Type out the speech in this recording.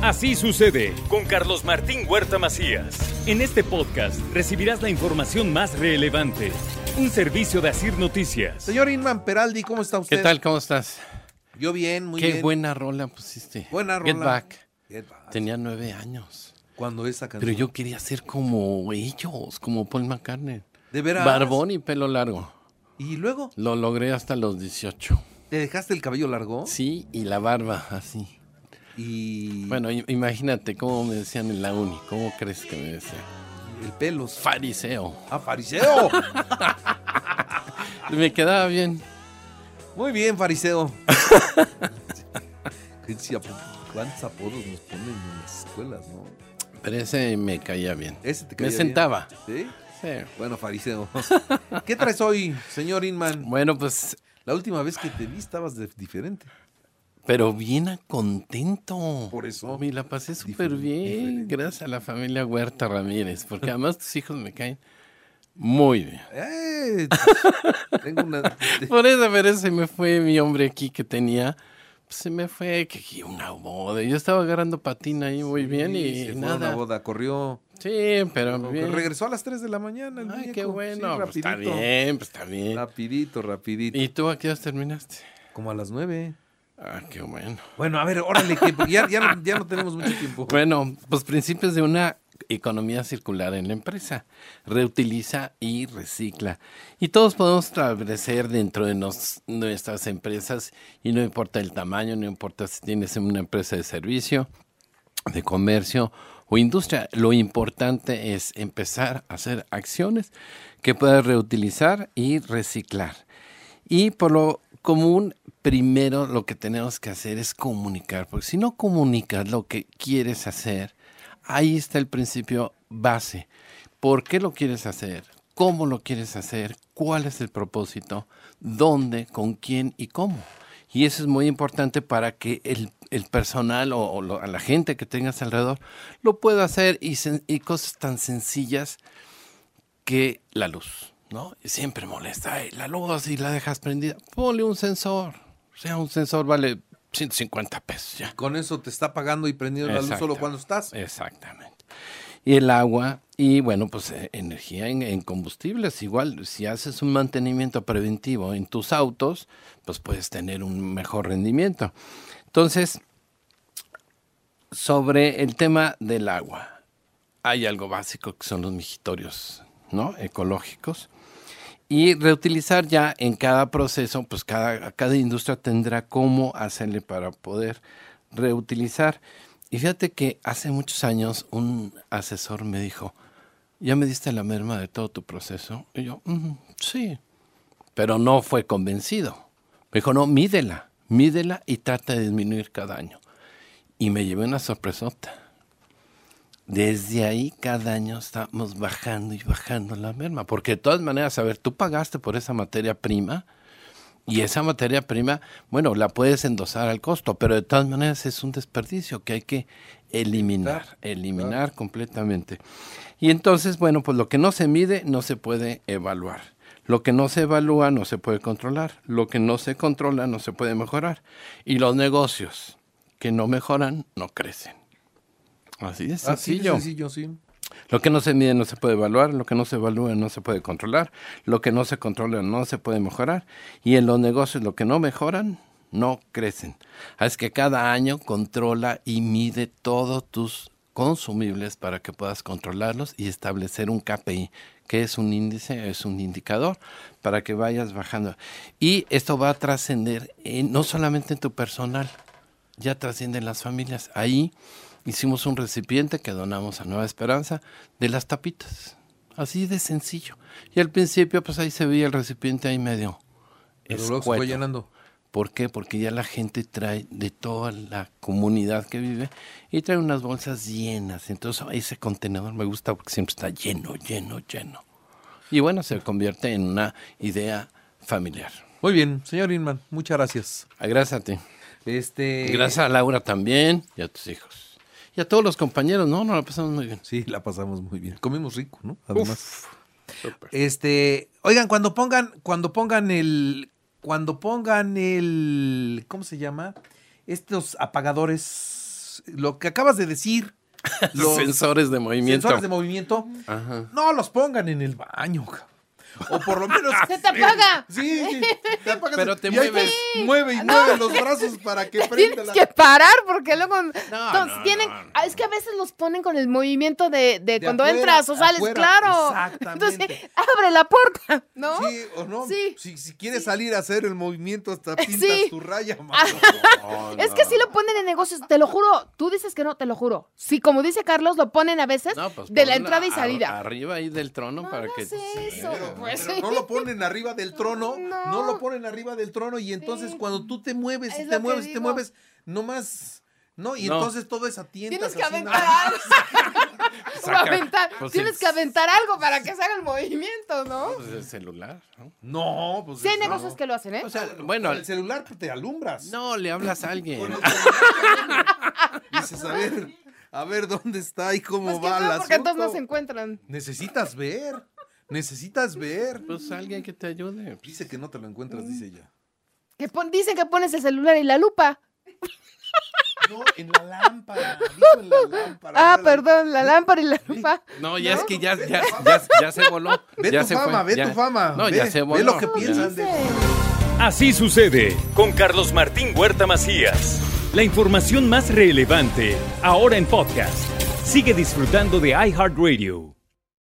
Así sucede con Carlos Martín Huerta Macías. En este podcast recibirás la información más relevante. Un servicio de Asir Noticias. Señor Inman Peraldi, ¿cómo está usted? ¿Qué tal? ¿Cómo estás? Yo bien, muy Qué bien. buena rola pusiste. Buena Get rola. Back. Get Back. Tenía nueve años. Cuando esa canción. Pero yo quería ser como ellos, como Paul McCartney. ¿De veras? Barbón y pelo largo. Y luego, Lo logré hasta los 18. ¿te dejaste el cabello largo? Sí, y la barba así. Y Bueno, i- imagínate cómo me decían en la uni. ¿Cómo crees que me decían? el pelo. Fariseo. ¡Ah, fariseo! Me quedaba bien. muy bien, fariseo. Qué chapo- ¿Cuántos apodos nos ponen en las escuelas, no? Pero ese me caía bien. Ese te caía me bien. sentaba. ¿Sí? Sí. Bueno, fariseo. ¿Qué traes hoy, señor Inman? Bueno, pues La última vez que te vi estabas de- diferente. Pero bien a contento. Por eso. Me la pasé súper Diferente, bien. Gracias a la familia Huerta Ramírez. Porque además tus hijos me caen muy bien. Eh, tengo una. Por eso, pero se me fue mi hombre aquí que tenía. pues, se me fue que aquí una boda. Yo estaba agarrando patina ahí muy bien Sí, y se fue a una nada. boda, corrió. Sí, pero bien. Regresó a las 3 de la mañana. El Ay, muñeco. qué Sí, bueno. pues, está rapidito. bien, pues está bien. Rapidito, rapidito. ¿Y tú a qué horas terminaste? Como a las 9. Ah, qué bueno. Bueno, a ver, órale, que pues, ya, ya, no, ya no tenemos mucho tiempo. Bueno, pues principios de una economía circular en la empresa. Reutiliza y recicla. Y todos podemos establecer dentro de nos- nuestras empresas y no importa el tamaño, no importa si tienes una empresa de servicio, de comercio o industria. Lo importante es empezar a hacer acciones que puedas reutilizar y reciclar. Y por lo común, primero lo que tenemos que hacer es comunicar, porque si no comunicas lo que quieres hacer, ahí está el principio base. ¿Por qué lo quieres hacer? ¿Cómo lo quieres hacer? ¿Cuál es el propósito? ¿Dónde? ¿Con quién? ¿Y cómo? Y eso es muy importante para que el, el personal o, o lo- a la gente que tengas alrededor lo pueda hacer y, sen- y cosas tan sencillas que la luz, ¿no? Siempre molesta ay, la luz y la dejas prendida. Ponle un sensor. O sea, un sensor vale 150 pesos ya. Con eso te está pagando y prendiendo la luz Exacto. solo cuando estás. Exactamente. Y el agua y bueno, pues eh, energía en, en combustibles. Igual, si haces un mantenimiento preventivo en tus autos, pues puedes tener un mejor rendimiento. Entonces, sobre el tema del agua, hay algo básico que son los mijitorios, ¿no? Ecológicos. Y reutilizar ya en cada proceso, pues cada, cada industria tendrá cómo hacerle para poder reutilizar. Y fíjate que hace muchos años un asesor me dijo, ¿ya me diste la merma de todo tu proceso? Y yo, "Mm, sí, pero no fue convencido. Me dijo, no, mídela, mídela y trata de disminuir cada año. Y me llevé una sorpresota. Desde ahí cada año estamos bajando y bajando la merma, porque de todas maneras, a ver, tú pagaste por esa materia prima y esa materia prima, bueno, la puedes endosar al costo, pero de todas maneras es un desperdicio que hay que eliminar, eliminar completamente. Y entonces, bueno, pues lo que no se mide no se puede evaluar. Lo que no se evalúa no se puede controlar. Lo que no se controla no se puede mejorar. Y los negocios que no mejoran no crecen. Así es, Así de sencillo. sencillo, Ah, sí. Lo que no se mide no se puede evaluar, lo que no se evalúa no se puede controlar, lo que no se controla no se puede mejorar y en los negocios lo que no mejoran no crecen. Así que cada año controla y mide todos tus consumibles para que puedas controlarlos y establecer un KPI, que es un índice, es un indicador para que vayas bajando. Y esto va a trascender eh, no solamente en tu personal, ya trascienden las familias. Ahí hicimos un recipiente que donamos a Nueva Esperanza de las tapitas. Así de sencillo. Y al principio, pues ahí se veía el recipiente ahí medio. Pero luego se escueto. fue llenando. ¿Por qué? Porque ya la gente trae de toda la comunidad que vive y trae unas bolsas llenas. Entonces ese contenedor me gusta porque siempre está lleno, lleno, lleno. Y bueno, se convierte en una idea familiar. Muy bien, señor Inman, muchas gracias. Ah, Gracias a ti. Este. Gracias a Laura también y a tus hijos. Y a todos los compañeros, ¿no? Nos la pasamos muy bien. Sí, la pasamos muy bien. Comimos rico, ¿no? Además. Este, oigan, cuando pongan, cuando pongan el, cuando pongan el, ¿cómo se llama? Estos apagadores los, lo que acabas de decir, los sensores de movimiento. sensores de movimiento, Ajá. no los pongan en el baño, cabrón. O por lo menos. Se te apaga. Sí, sí. Te apagas Pero el- te y ahí mueves. ves, Mueve y mueve los brazos para que prenda Tienes la. que parar porque luego. Entonces, no, tienen. no, no. ah, Es que a veces los ponen con el movimiento de, De de cuando afuera, entras o sales, afuera, claro. exactamente. Entonces, abre la puerta, ¿no? Sí, o no. Sí. Si, si quieres salir a hacer el movimiento, hasta pintas Sí. Ah, tu raya, mano. Es que sí lo ponen en negocios, te lo juro. Tú dices que no, te lo juro. Sí, como dice Carlos, lo ponen a veces No, pues de la ponla entrada y ar- salida. Arriba ahí del trono No para hagas que. eso, pues. Pero no lo ponen arriba del trono, No. no, lo ponen arriba del trono y entonces Sí. cuando tú te mueves Es y lo que te mueves y te digo. mueves, nomás, no, y No. entonces todo es a tientas. Tienes que así, ¿no? aventar. o Saca, aventar. pues, Tienes el- que aventar algo para que se haga el movimiento, ¿no? Pues el celular. ¿no? No, pues. Sí, hay no. negocios que lo hacen, ¿eh? O sea, Con bueno, el celular pues, te alumbras. no le hablas a alguien. Con el Dices, a ver, a ver dónde está y cómo Pues qué va feo, la porque entonces no se encuentran. Necesitas ver, necesitas ver. Pues alguien que te ayude. pues. Dice que no te lo encuentras, dice ella. Que pon- dicen que pones el celular y la lupa. No, en la lámpara. dijo en la lámpara. Ah, perdón, la lámpara y la lupa. No, ya es que ya, ya, ya, ya se voló. Ve ya tu se fama, ve ya- tu fama. No, ve, ya se ve voló. lo que Ya. piensan de Así sucede con Carlos Martín Huerta Macías. La información más relevante ahora en podcast. Sigue disfrutando de iHeartRadio.